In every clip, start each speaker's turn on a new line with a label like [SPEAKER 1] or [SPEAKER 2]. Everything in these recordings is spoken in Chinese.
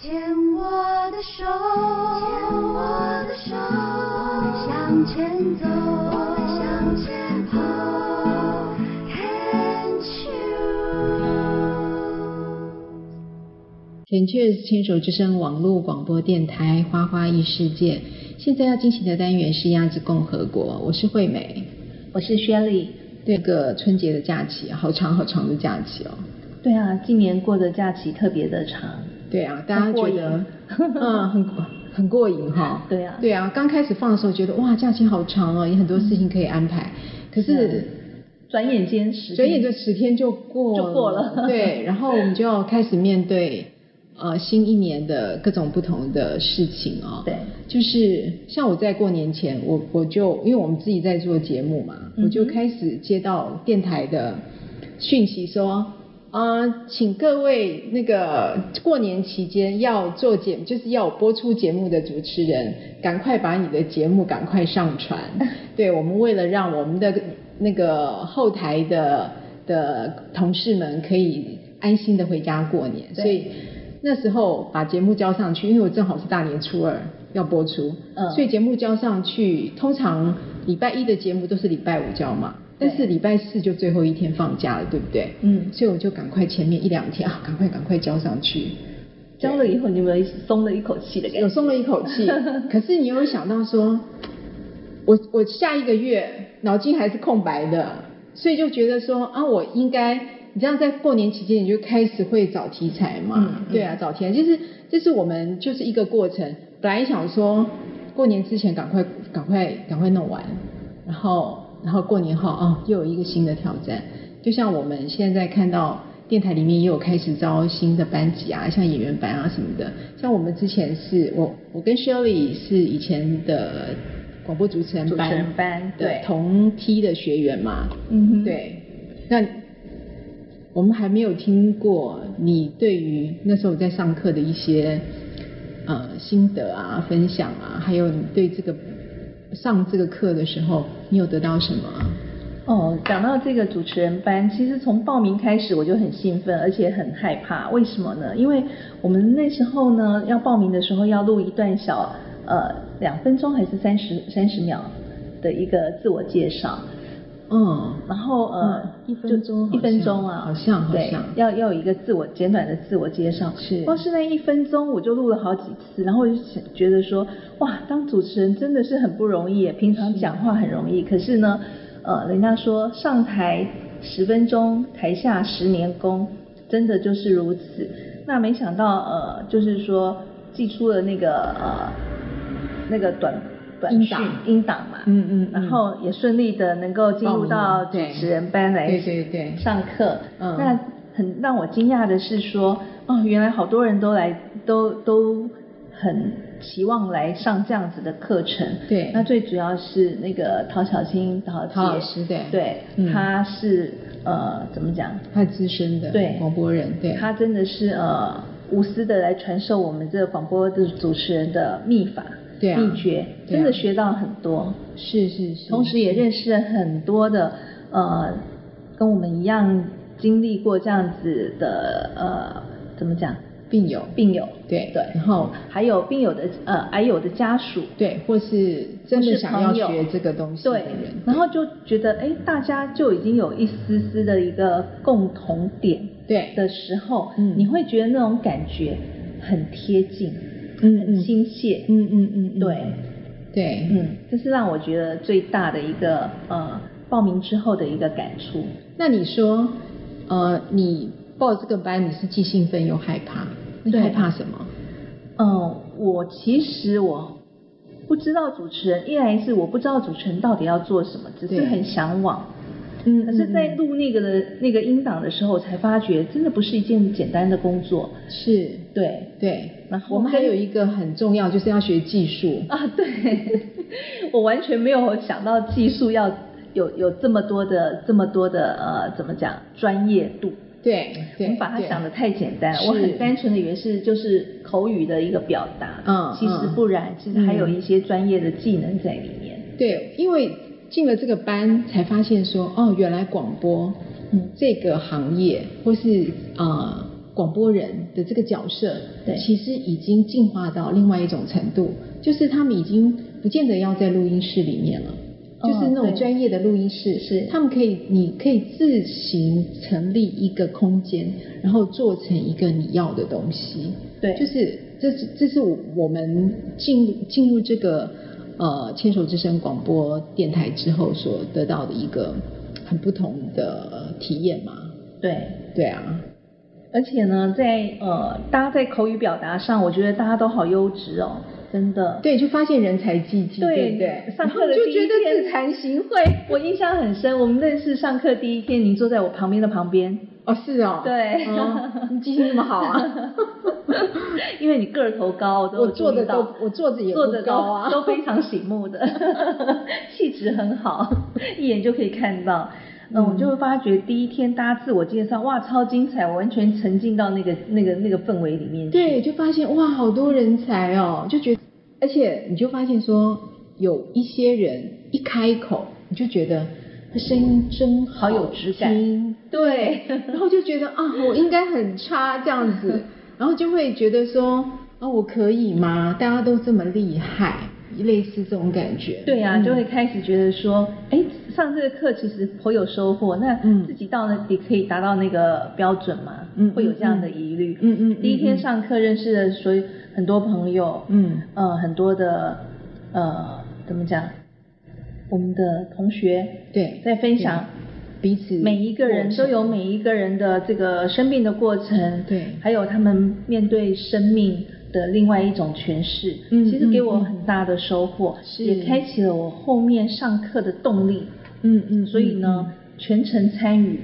[SPEAKER 1] 牵我的手，牵我的手，我们向前走，我们向前跑。Can't you？
[SPEAKER 2] 简确牵手之声网络广播电台《花花异世界》，现在要进行的单元是鸭子共和国，我是惠美。
[SPEAKER 3] 我是薛丽。
[SPEAKER 2] 这个春节的假期，好长好长的假期哦。
[SPEAKER 3] 对啊，今年过的假期特别的长。
[SPEAKER 2] 对啊，大家觉得，
[SPEAKER 3] 很过瘾
[SPEAKER 2] 嗯，很很过瘾哈、
[SPEAKER 3] 对啊
[SPEAKER 2] 对啊，刚开始放的时候觉得哇，假期好长哦，有很多事情可以安排。
[SPEAKER 3] 嗯
[SPEAKER 2] 可是
[SPEAKER 3] 转眼间十天，
[SPEAKER 2] 转眼这十天就过
[SPEAKER 3] 啊就过了
[SPEAKER 2] 对，然后我们就要开始面对呃新一年的各种不同的事情哦。
[SPEAKER 3] 对，
[SPEAKER 2] 就是像我在过年前，我我就因为我们自己在做节目嘛，
[SPEAKER 3] 嗯哼
[SPEAKER 2] 我就开始接到电台的讯息说。呃，请各位那个过年期间要做节，就是要播出节目的主持人，赶快把你的节目赶快上传。 对我们为了让我们的那个后台的的同事们可以安心的回家过年，
[SPEAKER 3] 对
[SPEAKER 2] 所以那时候把节目交上去，因为我正好是大年初二要播出，
[SPEAKER 3] 嗯
[SPEAKER 2] 所以节目交上去，通常礼拜一的节目都是礼拜五交嘛，
[SPEAKER 3] 对
[SPEAKER 2] 但是礼拜四就最后一天放假了，对不对？
[SPEAKER 3] 嗯
[SPEAKER 2] 所以我就赶快前面一两天 啊，赶快赶快交上去，
[SPEAKER 3] 交了以后，你有没有一松了一口气的感觉？
[SPEAKER 2] 有松了一口气。 可是你有想到说，我我下一个月脑筋还是空白的，所以就觉得说啊，我应该你这样在过年期间你就开始会找题材嘛，
[SPEAKER 3] 嗯嗯
[SPEAKER 2] 对啊，找题材就是这是我们就是一个过程。本来想说过年之前赶快赶快赶快弄完，然后然后过年后哦又有一个新的挑战，就像我们现在看到。电台里面也有开始招新的班级啊，像演员班啊什么的。像我们之前是我我跟 Shirley 是以前的广播主持人班，
[SPEAKER 3] 主持人班
[SPEAKER 2] 的
[SPEAKER 3] 对
[SPEAKER 2] 同梯的学员嘛。
[SPEAKER 3] 嗯哼，，
[SPEAKER 2] 对，那我们还没有听过你对于那时候在上课的一些呃心得啊、分享啊，还有你对这个上这个课的时候，你有得到什么啊？
[SPEAKER 3] 哦，讲到这个主持人班，其实从报名开始我就很兴奋，而且很害怕。为什么呢？因为我们那时候呢，要报名的时候要录一段小呃两分钟还是三十三十秒的一个自我介绍，
[SPEAKER 2] 嗯，
[SPEAKER 3] 然后呃、
[SPEAKER 2] 嗯一分钟
[SPEAKER 3] 就一
[SPEAKER 2] 好像
[SPEAKER 3] 分钟啊，
[SPEAKER 2] 好像好
[SPEAKER 3] 对
[SPEAKER 2] 像
[SPEAKER 3] 要要有一个自我简短的自我介绍。
[SPEAKER 2] 是
[SPEAKER 3] 光是那一分钟我就录了好几次，然后我就想觉得说，哇，当主持人真的是很不容易耶，平常讲话很容易，可是呢，呃，人家说上台十分钟，台下十年功，真的就是如此。那没想到呃，就是说寄出了那个呃那个短短
[SPEAKER 2] 音
[SPEAKER 3] 讯
[SPEAKER 2] 档
[SPEAKER 3] 音档嘛，
[SPEAKER 2] 嗯嗯嗯
[SPEAKER 3] 然后也顺利的能够进入
[SPEAKER 2] 报
[SPEAKER 3] 到主
[SPEAKER 2] 名对
[SPEAKER 3] 持人班来
[SPEAKER 2] 对对对
[SPEAKER 3] 上课。
[SPEAKER 2] 嗯
[SPEAKER 3] 那很让我惊讶的是说，哦，原来好多人都来，都都很期望来上这样子的课程。
[SPEAKER 2] 对
[SPEAKER 3] 那最主要是那个陶小青陶姐
[SPEAKER 2] 陶老师对
[SPEAKER 3] 对，
[SPEAKER 2] 嗯
[SPEAKER 3] 她是呃怎么讲？
[SPEAKER 2] 他资深的
[SPEAKER 3] 对
[SPEAKER 2] 广播人，对，
[SPEAKER 3] 他真的是呃无私的来传授我们这个广播的主持人的秘法、
[SPEAKER 2] 对啊
[SPEAKER 3] 秘诀，
[SPEAKER 2] 对啊
[SPEAKER 3] 真的学到很多，
[SPEAKER 2] 是是是，
[SPEAKER 3] 同时也认识了很多的呃跟我们一样经历过这样子的呃怎么讲
[SPEAKER 2] 病友，
[SPEAKER 3] 病友，
[SPEAKER 2] 对
[SPEAKER 3] 对，
[SPEAKER 2] 然后
[SPEAKER 3] 还有病友的呃癌友的家属，
[SPEAKER 2] 对，或是真
[SPEAKER 3] 或
[SPEAKER 2] 的
[SPEAKER 3] 是
[SPEAKER 2] 想要
[SPEAKER 3] 朋友
[SPEAKER 2] 学这个东西的
[SPEAKER 3] 对
[SPEAKER 2] 人，，
[SPEAKER 3] 然后就觉得哎大家就已经有一丝丝的一个共同点，
[SPEAKER 2] 对，
[SPEAKER 3] 的时候，
[SPEAKER 2] 嗯
[SPEAKER 3] 你会觉得那种感觉很贴近，
[SPEAKER 2] 嗯
[SPEAKER 3] 很亲切，
[SPEAKER 2] 嗯嗯嗯，嗯
[SPEAKER 3] 对，
[SPEAKER 2] 对，
[SPEAKER 3] 嗯，这是让我觉得最大的一个呃报名之后的一个感触。
[SPEAKER 2] 那你说，呃，你报这个班，你是既兴奋又害怕，你
[SPEAKER 3] 对
[SPEAKER 2] 害怕什么？
[SPEAKER 3] 嗯，我其实我不知道主持人，一来是我不知道主持人到底要做什么，只是
[SPEAKER 2] 对
[SPEAKER 3] 很向往。
[SPEAKER 2] 嗯
[SPEAKER 3] 可是，在录那个的那个音档的时候，我才发觉真的不是一件简单的工作。
[SPEAKER 2] 是，
[SPEAKER 3] 对，
[SPEAKER 2] 对，
[SPEAKER 3] 然后
[SPEAKER 2] 我们还
[SPEAKER 3] 跟
[SPEAKER 2] 有一个很重要，就是要学技术，
[SPEAKER 3] 啊，对，我完全没有想到技术要有有这么多的这么多的呃，怎么讲专业度？
[SPEAKER 2] 对，
[SPEAKER 3] 我
[SPEAKER 2] 对，
[SPEAKER 3] 们把它
[SPEAKER 2] 对
[SPEAKER 3] 想的太简单了。
[SPEAKER 2] 是
[SPEAKER 3] 我很单纯的以为是就是口语的一个表达，
[SPEAKER 2] 嗯
[SPEAKER 3] 其实
[SPEAKER 2] 嗯
[SPEAKER 3] 不然，其实还有一些专业的技能在里面。
[SPEAKER 2] 对，因为进了这个班才发现说，哦，原来广播，
[SPEAKER 3] 嗯
[SPEAKER 2] 这个行业或是呃广播人的这个角色，
[SPEAKER 3] 对
[SPEAKER 2] 其实已经进化到另外一种程度，就是他们已经不见得要在录音室里面了。就
[SPEAKER 3] 哦
[SPEAKER 2] 是那种
[SPEAKER 3] 对
[SPEAKER 2] 专业的录音室，
[SPEAKER 3] 是
[SPEAKER 2] 他们可以，你可以自行成立一个空间，然后做成一个你要的东西。
[SPEAKER 3] 对，
[SPEAKER 2] 就是这是这是我我们进入进入这个呃牵手之声广播电台之后所得到的一个很不同的呃体验嘛。
[SPEAKER 3] 对。
[SPEAKER 2] 对啊，
[SPEAKER 3] 而且呢，在呃，大家在口语表达上，我觉得大家都好优质哦，真的。
[SPEAKER 2] 对，就发现人才济济，
[SPEAKER 3] 对
[SPEAKER 2] 不对？
[SPEAKER 3] 上课的
[SPEAKER 2] 然后就
[SPEAKER 3] 第一
[SPEAKER 2] 觉得
[SPEAKER 3] 天
[SPEAKER 2] 自惭形秽。
[SPEAKER 3] 我印象很深，我们认识上课第一天，你坐在我旁边的旁边，
[SPEAKER 2] 哦，是哦，
[SPEAKER 3] 对
[SPEAKER 2] 哦你记性那么好啊！
[SPEAKER 3] 因为你个儿头高，都有
[SPEAKER 2] 我坐的
[SPEAKER 3] 注意到
[SPEAKER 2] 都我坐着也
[SPEAKER 3] 坐的
[SPEAKER 2] 不高啊
[SPEAKER 3] 都非常醒目的， 气质很好， 一眼就可以看到。嗯，我就会发觉第一天大家自我介绍，哇，超精彩，我完全沉浸到那个那个那个氛围里面去。
[SPEAKER 2] 对，就发现哇，好多人才哦，就觉得，而且你就发现说，有一些人一开口，你就觉得他声音真
[SPEAKER 3] 好有质感
[SPEAKER 2] 听对，然后就觉得啊，我应该很差这样子，然后就会觉得说，啊，我可以吗？大家都这么厉害，类似这种感觉。
[SPEAKER 3] 对呀、
[SPEAKER 2] 嗯
[SPEAKER 3] 就会开始觉得说，哎，上这个课其实颇有收获，那
[SPEAKER 2] 嗯
[SPEAKER 3] 自己到那里可以达到那个标准吗？
[SPEAKER 2] 嗯
[SPEAKER 3] 会有这样的疑虑。
[SPEAKER 2] 嗯嗯嗯
[SPEAKER 3] 第一天
[SPEAKER 2] 嗯
[SPEAKER 3] 上课认识了所以很多朋友，
[SPEAKER 2] 嗯
[SPEAKER 3] 呃，很多的呃，怎么讲？我们的同学
[SPEAKER 2] 对
[SPEAKER 3] 在分享
[SPEAKER 2] 彼此
[SPEAKER 3] 每一个人都有每一个人的这个生病的过程，
[SPEAKER 2] 对
[SPEAKER 3] 还有他们面对生命的另外一种诠释，
[SPEAKER 2] 嗯
[SPEAKER 3] 其实给我
[SPEAKER 2] 嗯嗯
[SPEAKER 3] 很大的收获，
[SPEAKER 2] 是
[SPEAKER 3] 也开启了我后面上课的动力。
[SPEAKER 2] 嗯嗯，
[SPEAKER 3] 所以呢，全程参与，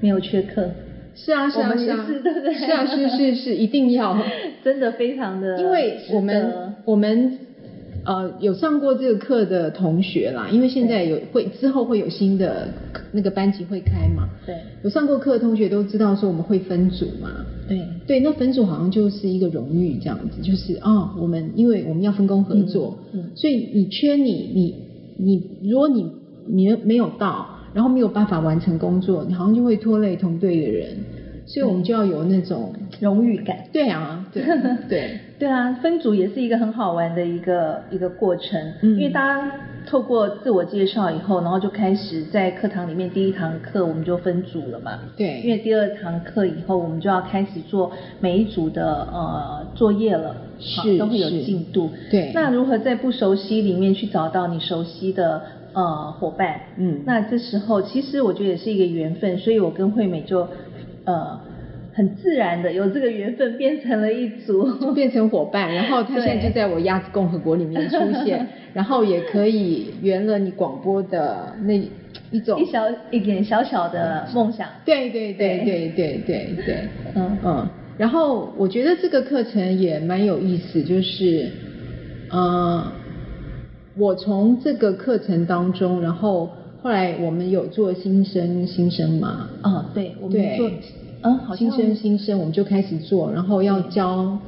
[SPEAKER 3] 没有缺课，
[SPEAKER 2] 是啊是
[SPEAKER 3] 我
[SPEAKER 2] 啊
[SPEAKER 3] 们
[SPEAKER 2] 是啊
[SPEAKER 3] 也是对不对
[SPEAKER 2] 是啊是是是，一定要。
[SPEAKER 3] 真的非常的值得，
[SPEAKER 2] 因为我们我们呃有上过这个课的同学啦，因为现在有会之后会有新的那个班级会开嘛，
[SPEAKER 3] 对
[SPEAKER 2] 有上过课的同学都知道说我们会分组嘛，
[SPEAKER 3] 对
[SPEAKER 2] 对，那分组好像就是一个荣誉这样子，就是哦，我们因为我们要分工合作，
[SPEAKER 3] 嗯嗯
[SPEAKER 2] 所以你缺你你你，如果你你没有到，然后没有办法完成工作，你好像就会拖累同队的人，所以我们就要有那种。
[SPEAKER 3] 荣誉感。
[SPEAKER 2] 对啊，对 对，
[SPEAKER 3] 对啊，分组也是一个很好玩的一个一个过程，
[SPEAKER 2] 嗯
[SPEAKER 3] 因为大家透过自我介绍以后，然后就开始在课堂里面第一堂课我们就分组了嘛，
[SPEAKER 2] 对
[SPEAKER 3] 因为第二堂课以后我们就要开始做每一组的呃作业了，好
[SPEAKER 2] 是
[SPEAKER 3] 都会有
[SPEAKER 2] 是
[SPEAKER 3] 进度。
[SPEAKER 2] 对
[SPEAKER 3] 那如何在不熟悉里面去找到你熟悉的呃伙伴？
[SPEAKER 2] 嗯
[SPEAKER 3] 那这时候其实我觉得也是一个缘分，所以我跟惠美就呃很自然的有这个缘分变成了一组。
[SPEAKER 2] 变成伙伴，然后他
[SPEAKER 3] 对
[SPEAKER 2] 现在就在我鸭子共和国里面出 现，然后也可以圆了你广播的那一种
[SPEAKER 3] 一，小一点小小的梦想，
[SPEAKER 2] 对对对对对对对，
[SPEAKER 3] 嗯
[SPEAKER 2] 嗯，然后我觉得这个课程也蛮有意思，就是，呃，我从这个课程当中，然后后来我们有做新生新生嘛，
[SPEAKER 3] 哦，对，我们
[SPEAKER 2] 对
[SPEAKER 3] 做，嗯，好像
[SPEAKER 2] 新生新生，我们就开始做，然后要交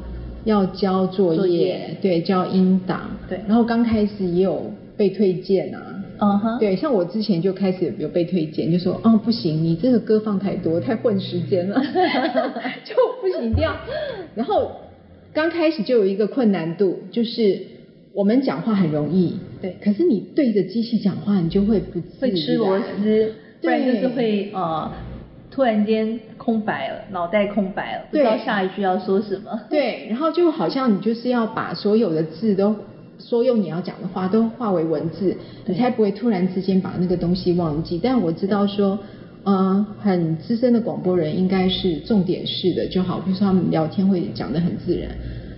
[SPEAKER 2] 要交作业，
[SPEAKER 3] 作业
[SPEAKER 2] 对，交音档，
[SPEAKER 3] 对
[SPEAKER 2] 然后刚开始也有被推荐啊。
[SPEAKER 3] 嗯哼，
[SPEAKER 2] 对，像我之前就开始有被推荐，就说哦不行，你这个歌放太多，太混时间 了，就不行，一定要。然后刚开始就有一个困难度，就是我们讲话很容易，
[SPEAKER 3] 对
[SPEAKER 2] 可是你对着机器讲话，你就会不自
[SPEAKER 3] 会吃
[SPEAKER 2] 然
[SPEAKER 3] 螺丝，不然就是
[SPEAKER 2] 对
[SPEAKER 3] 会呃，突然间空白了，脑袋空白了，不知
[SPEAKER 2] 对
[SPEAKER 3] 道下一句要说什么。
[SPEAKER 2] 对，然后就好像你就是要把所有的字都，所有你要讲的话都化为文字，你
[SPEAKER 3] 对
[SPEAKER 2] 才不会突然之间把那个东西忘记。但我知道说，呃，很资深的广播人应该是重点式的就好，比如说他们聊天会讲得很自然。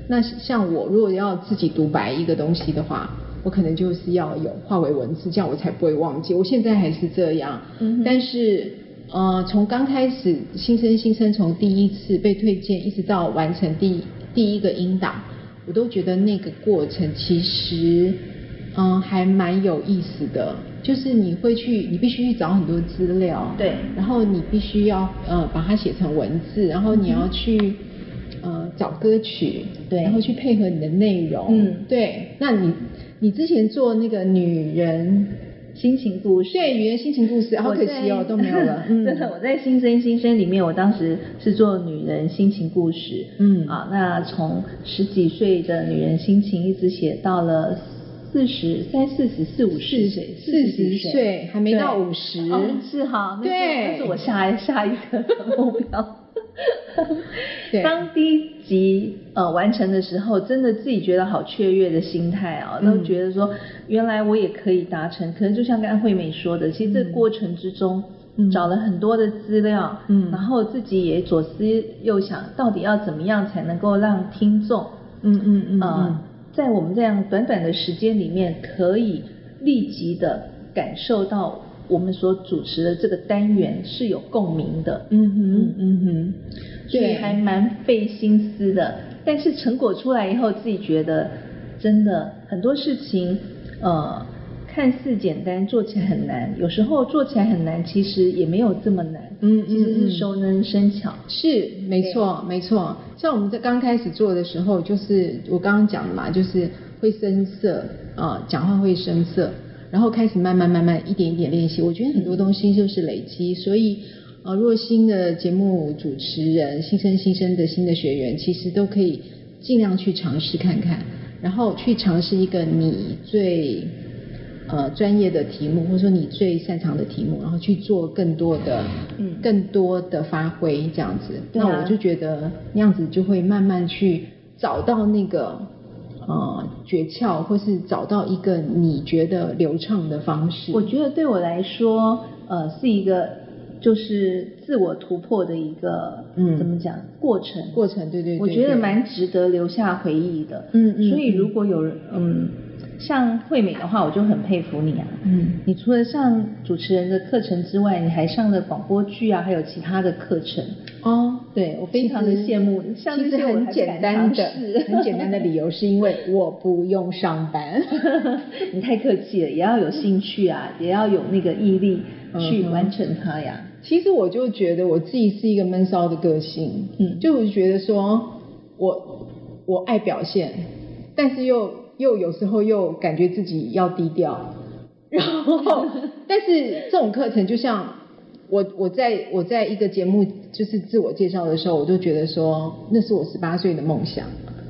[SPEAKER 2] 那像我如果要自己独白一个东西的话，我可能就是要有化为文字，这样我才不会忘记。我现在还是这样，
[SPEAKER 3] 嗯哼
[SPEAKER 2] 但是呃，从刚开始新生新生从第一次被推荐，一直到完成第第一个音档，我都觉得那个过程其实嗯、呃还蛮有意思的，就是你会去，你必须去找很多资料，
[SPEAKER 3] 对
[SPEAKER 2] 然后你必须要呃把它写成文字，然后你要去。呃，找歌曲，
[SPEAKER 3] 对
[SPEAKER 2] 然后去配合你的内容，
[SPEAKER 3] 嗯
[SPEAKER 2] 对。那你你之前做那个女人
[SPEAKER 3] 心情故事。
[SPEAKER 2] 对，语言心情故事，好
[SPEAKER 3] 我
[SPEAKER 2] 可
[SPEAKER 3] 在
[SPEAKER 2] 惜哦，都没有 了。嗯，
[SPEAKER 3] 真的，我在新生新生里面，我当时是做女人心情故事。
[SPEAKER 2] 嗯
[SPEAKER 3] 啊，那从十几岁的女人心情，一直写到了四十三、四十四五十岁，
[SPEAKER 2] 四十
[SPEAKER 3] 几
[SPEAKER 2] 岁还没到五十，
[SPEAKER 3] 哦，是哈，那是
[SPEAKER 2] 对
[SPEAKER 3] 那是我下下一个目标
[SPEAKER 2] 对。
[SPEAKER 3] 当第一集呃完成的时候，真的自己觉得好雀跃的心态啊、
[SPEAKER 2] 嗯
[SPEAKER 3] 都觉得说原来我也可以达成。可能就像刚刚惠美说的，其实这
[SPEAKER 2] 嗯
[SPEAKER 3] 个过程之中。
[SPEAKER 2] 嗯
[SPEAKER 3] 找了很多的资料，
[SPEAKER 2] 嗯
[SPEAKER 3] 然后自己也左思右想，到底要怎么样才能够让听众
[SPEAKER 2] 嗯嗯嗯嗯
[SPEAKER 3] 呃，在我们这样短短的时间里面，可以立即的感受到我们所主持的这个单元是有共鸣的，
[SPEAKER 2] 嗯哼嗯哼，
[SPEAKER 3] 所以
[SPEAKER 2] 对
[SPEAKER 3] 还蛮费心思的。但是成果出来以后，自己觉得真的很多事情，呃，看似简单，做起来很难。有时候做起来很难，其实也没有这么难，
[SPEAKER 2] 嗯嗯
[SPEAKER 3] 其实
[SPEAKER 2] 嗯
[SPEAKER 3] 是熟能生巧。
[SPEAKER 2] 是没错没错。像我们在刚开始做的时候，就是我刚刚讲的嘛，就是会生涩啊、讲话会生涩，然后开始慢慢慢慢一点一点练习。我觉得很多东西就是累积，所以。呃，若新的节目主持人、新生新生的新的学员，其实都可以尽量去尝试看看，然后去尝试一个你最呃专业的题目，或者说你最擅长的题目，然后去做更多的、
[SPEAKER 3] 嗯
[SPEAKER 2] 更多的发挥这样子。
[SPEAKER 3] 对啊
[SPEAKER 2] 那我就觉得那样子就会慢慢去找到那个呃诀窍，或是找到一个你觉得流畅的方式。
[SPEAKER 3] 我觉得对我来说，呃，是一个就是自我突破的一个，
[SPEAKER 2] 嗯
[SPEAKER 3] 怎么讲过程？
[SPEAKER 2] 过程对对对
[SPEAKER 3] 我觉得
[SPEAKER 2] 对
[SPEAKER 3] 蛮值得留下回忆的。
[SPEAKER 2] 嗯嗯
[SPEAKER 3] 所以如果有人，嗯，像惠美的话，我就很佩服你啊。
[SPEAKER 2] 嗯
[SPEAKER 3] 你除了上主持人的课程之外，你还上了广播剧啊，还有其他的课程。
[SPEAKER 2] 哦。
[SPEAKER 3] 对我非常的
[SPEAKER 2] 其实
[SPEAKER 3] 羡慕你，像
[SPEAKER 2] 其实
[SPEAKER 3] 这些我
[SPEAKER 2] 很
[SPEAKER 3] 还不
[SPEAKER 2] 简
[SPEAKER 3] 敢
[SPEAKER 2] 单
[SPEAKER 3] 尝
[SPEAKER 2] 的
[SPEAKER 3] 试、
[SPEAKER 2] 很简单的理由是因为我不用上班。
[SPEAKER 3] 你太客气了，也要有兴趣啊，也要有那个毅力去
[SPEAKER 2] 嗯嗯哼
[SPEAKER 3] 完成它呀。
[SPEAKER 2] 其实我就觉得我自己是一个闷骚的个性，
[SPEAKER 3] 嗯
[SPEAKER 2] 就我觉得说我我爱表现，但是又又有时候又感觉自己要低调，然后 但是这种课程就像我我在我在一个节目就是自我介绍的时候，我就觉得说那是我十八岁的梦想。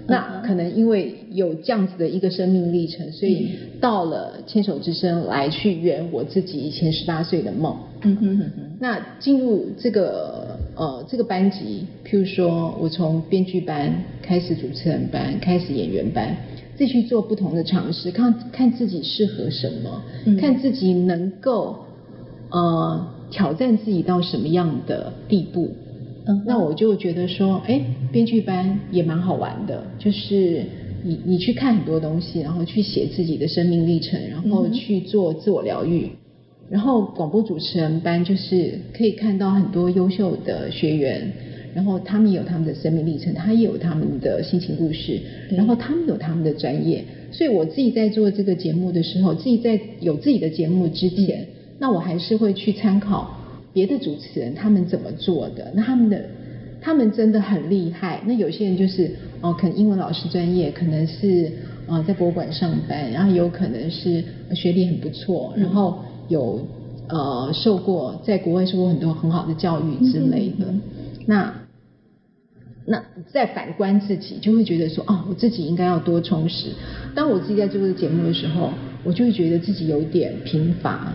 [SPEAKER 2] 那可能因为有这样子的一个生命历程，所以到了牵手之声来去圆我自己以前十八岁的梦。
[SPEAKER 3] 嗯哼哼哼，
[SPEAKER 2] 那进入这个呃这个班级，譬如说我从编剧班开始，主持人班开始，演员班，再去做不同的尝试，看看自己适合什么，
[SPEAKER 3] 嗯
[SPEAKER 2] 看自己能够呃挑战自己到什么样的地步。
[SPEAKER 3] 嗯
[SPEAKER 2] 那我就觉得说，哎，编剧班也蛮好玩的，就是你你去看很多东西，然后去写自己的生命历程，然后
[SPEAKER 3] 嗯哼
[SPEAKER 2] 去做自我疗愈。然后广播主持人班就是可以看到很多优秀的学员，然后他们也有他们的生命历程，他也有他们的心情故事，
[SPEAKER 3] 对
[SPEAKER 2] 然后他们有他们的专业。所以我自己在做这个节目的时候，自己在有自己的节目之前，
[SPEAKER 3] 嗯
[SPEAKER 2] 那我还是会去参考别的主持人他们怎么做的，那他们的他们真的很厉害。那有些人就是哦、可能英文老师专业，可能是呃在博物馆上班，然后有可能是呃学历很不错，
[SPEAKER 3] 嗯
[SPEAKER 2] 然后有呃受过在国外受过很多很好的教育之类的。
[SPEAKER 3] 嗯
[SPEAKER 2] 那那再反观自己，就会觉得说，哦，我自己应该要多充实。当我自己在做这个节目的时候，我就会觉得自己有一点贫乏，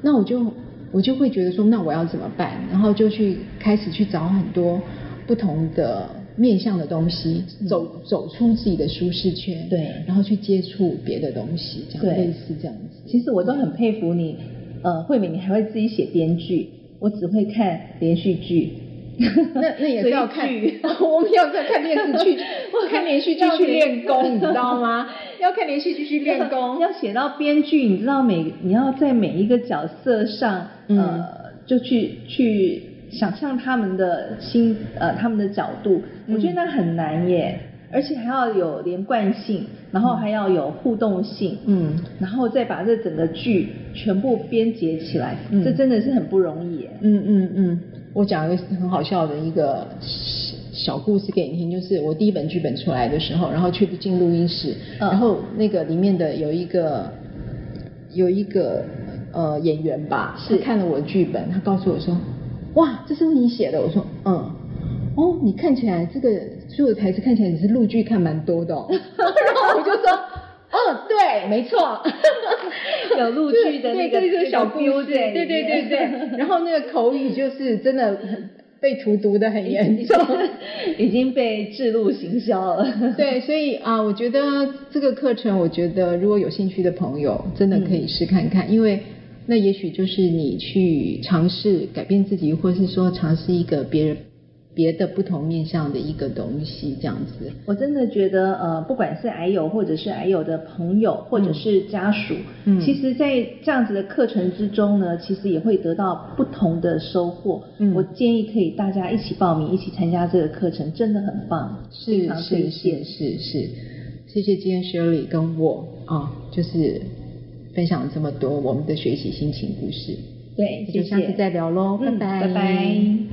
[SPEAKER 2] 那我就我就会觉得说，那我要怎么办？然后就去开始去找很多不同的面向的东西，走走出自己的舒适圈，
[SPEAKER 3] 对
[SPEAKER 2] 然后去接触别的东西，这样
[SPEAKER 3] 对
[SPEAKER 2] 类似这样 子。
[SPEAKER 3] 其实我都很佩服你，呃，慧敏，你还会自己写编剧，我只会看连续剧。
[SPEAKER 2] 那那也是要 看
[SPEAKER 3] 追剧，
[SPEAKER 2] 我们要在看电视 剧
[SPEAKER 3] 我，
[SPEAKER 2] 看连续剧去练功，你知道吗？ 要看连续剧去练功，
[SPEAKER 3] 要写到编剧，你知道每你要在每一个角色上，
[SPEAKER 2] 嗯
[SPEAKER 3] 呃，就去去想象他们的心，呃，他们的角度，我
[SPEAKER 2] 嗯
[SPEAKER 3] 觉得那很难耶，而且还要有连贯性，然后还要有互动性，
[SPEAKER 2] 嗯
[SPEAKER 3] 然后再把这整个剧全部编结起来，
[SPEAKER 2] 嗯
[SPEAKER 3] 这真的是很不容 易耶。
[SPEAKER 2] 嗯嗯嗯，我讲一个很好笑的一个小小故事给你听，就是我第一本剧本出来的时候，然后去不进录音室，
[SPEAKER 3] 嗯
[SPEAKER 2] 然后那个里面的有一个有一个呃演员吧，
[SPEAKER 3] 是
[SPEAKER 2] 他看了我的剧本，他告诉我说，哇，这是你写的，我说嗯。哦，你看起来这个所有的台词看起来你是陆剧看蛮多 的、哦，然后我就说，哦，对，没错，
[SPEAKER 3] 有陆剧的那个
[SPEAKER 2] 对对对
[SPEAKER 3] 那个
[SPEAKER 2] 小故
[SPEAKER 3] feel
[SPEAKER 2] 事，
[SPEAKER 3] 在
[SPEAKER 2] 对
[SPEAKER 3] 里
[SPEAKER 2] 对对
[SPEAKER 3] 面
[SPEAKER 2] 对。 然后那个口语就是真的很被荼毒的很严 重，
[SPEAKER 3] 已经被置入行销了。
[SPEAKER 2] 对，所以啊、我觉得这个课程，我觉得如果有兴趣的朋友，真的可以试看
[SPEAKER 3] 嗯
[SPEAKER 2] 看，因为那也许就是你去尝试改变自己，或是说尝试一个别人别的不同面向的一个东西，这样子。
[SPEAKER 3] 我真的觉得，呃，不管是癌友或者是癌友的朋友或者是家属，
[SPEAKER 2] 嗯
[SPEAKER 3] 其实，在这样子的课程之中呢，其实也会得到不同的收获。
[SPEAKER 2] 嗯
[SPEAKER 3] 我建议可以大家一起报名，一起参加这个课程，真的很棒，非
[SPEAKER 2] 是
[SPEAKER 3] 常推
[SPEAKER 2] 是
[SPEAKER 3] 荐
[SPEAKER 2] 是。是是，谢谢今天 Shirley 跟我啊、就是分享了这么多我们的学习心情故事，
[SPEAKER 3] 对，
[SPEAKER 2] 那
[SPEAKER 3] 谢
[SPEAKER 2] 就
[SPEAKER 3] 谢。
[SPEAKER 2] 下次再聊喽，
[SPEAKER 3] 嗯
[SPEAKER 2] 拜拜，
[SPEAKER 3] 拜拜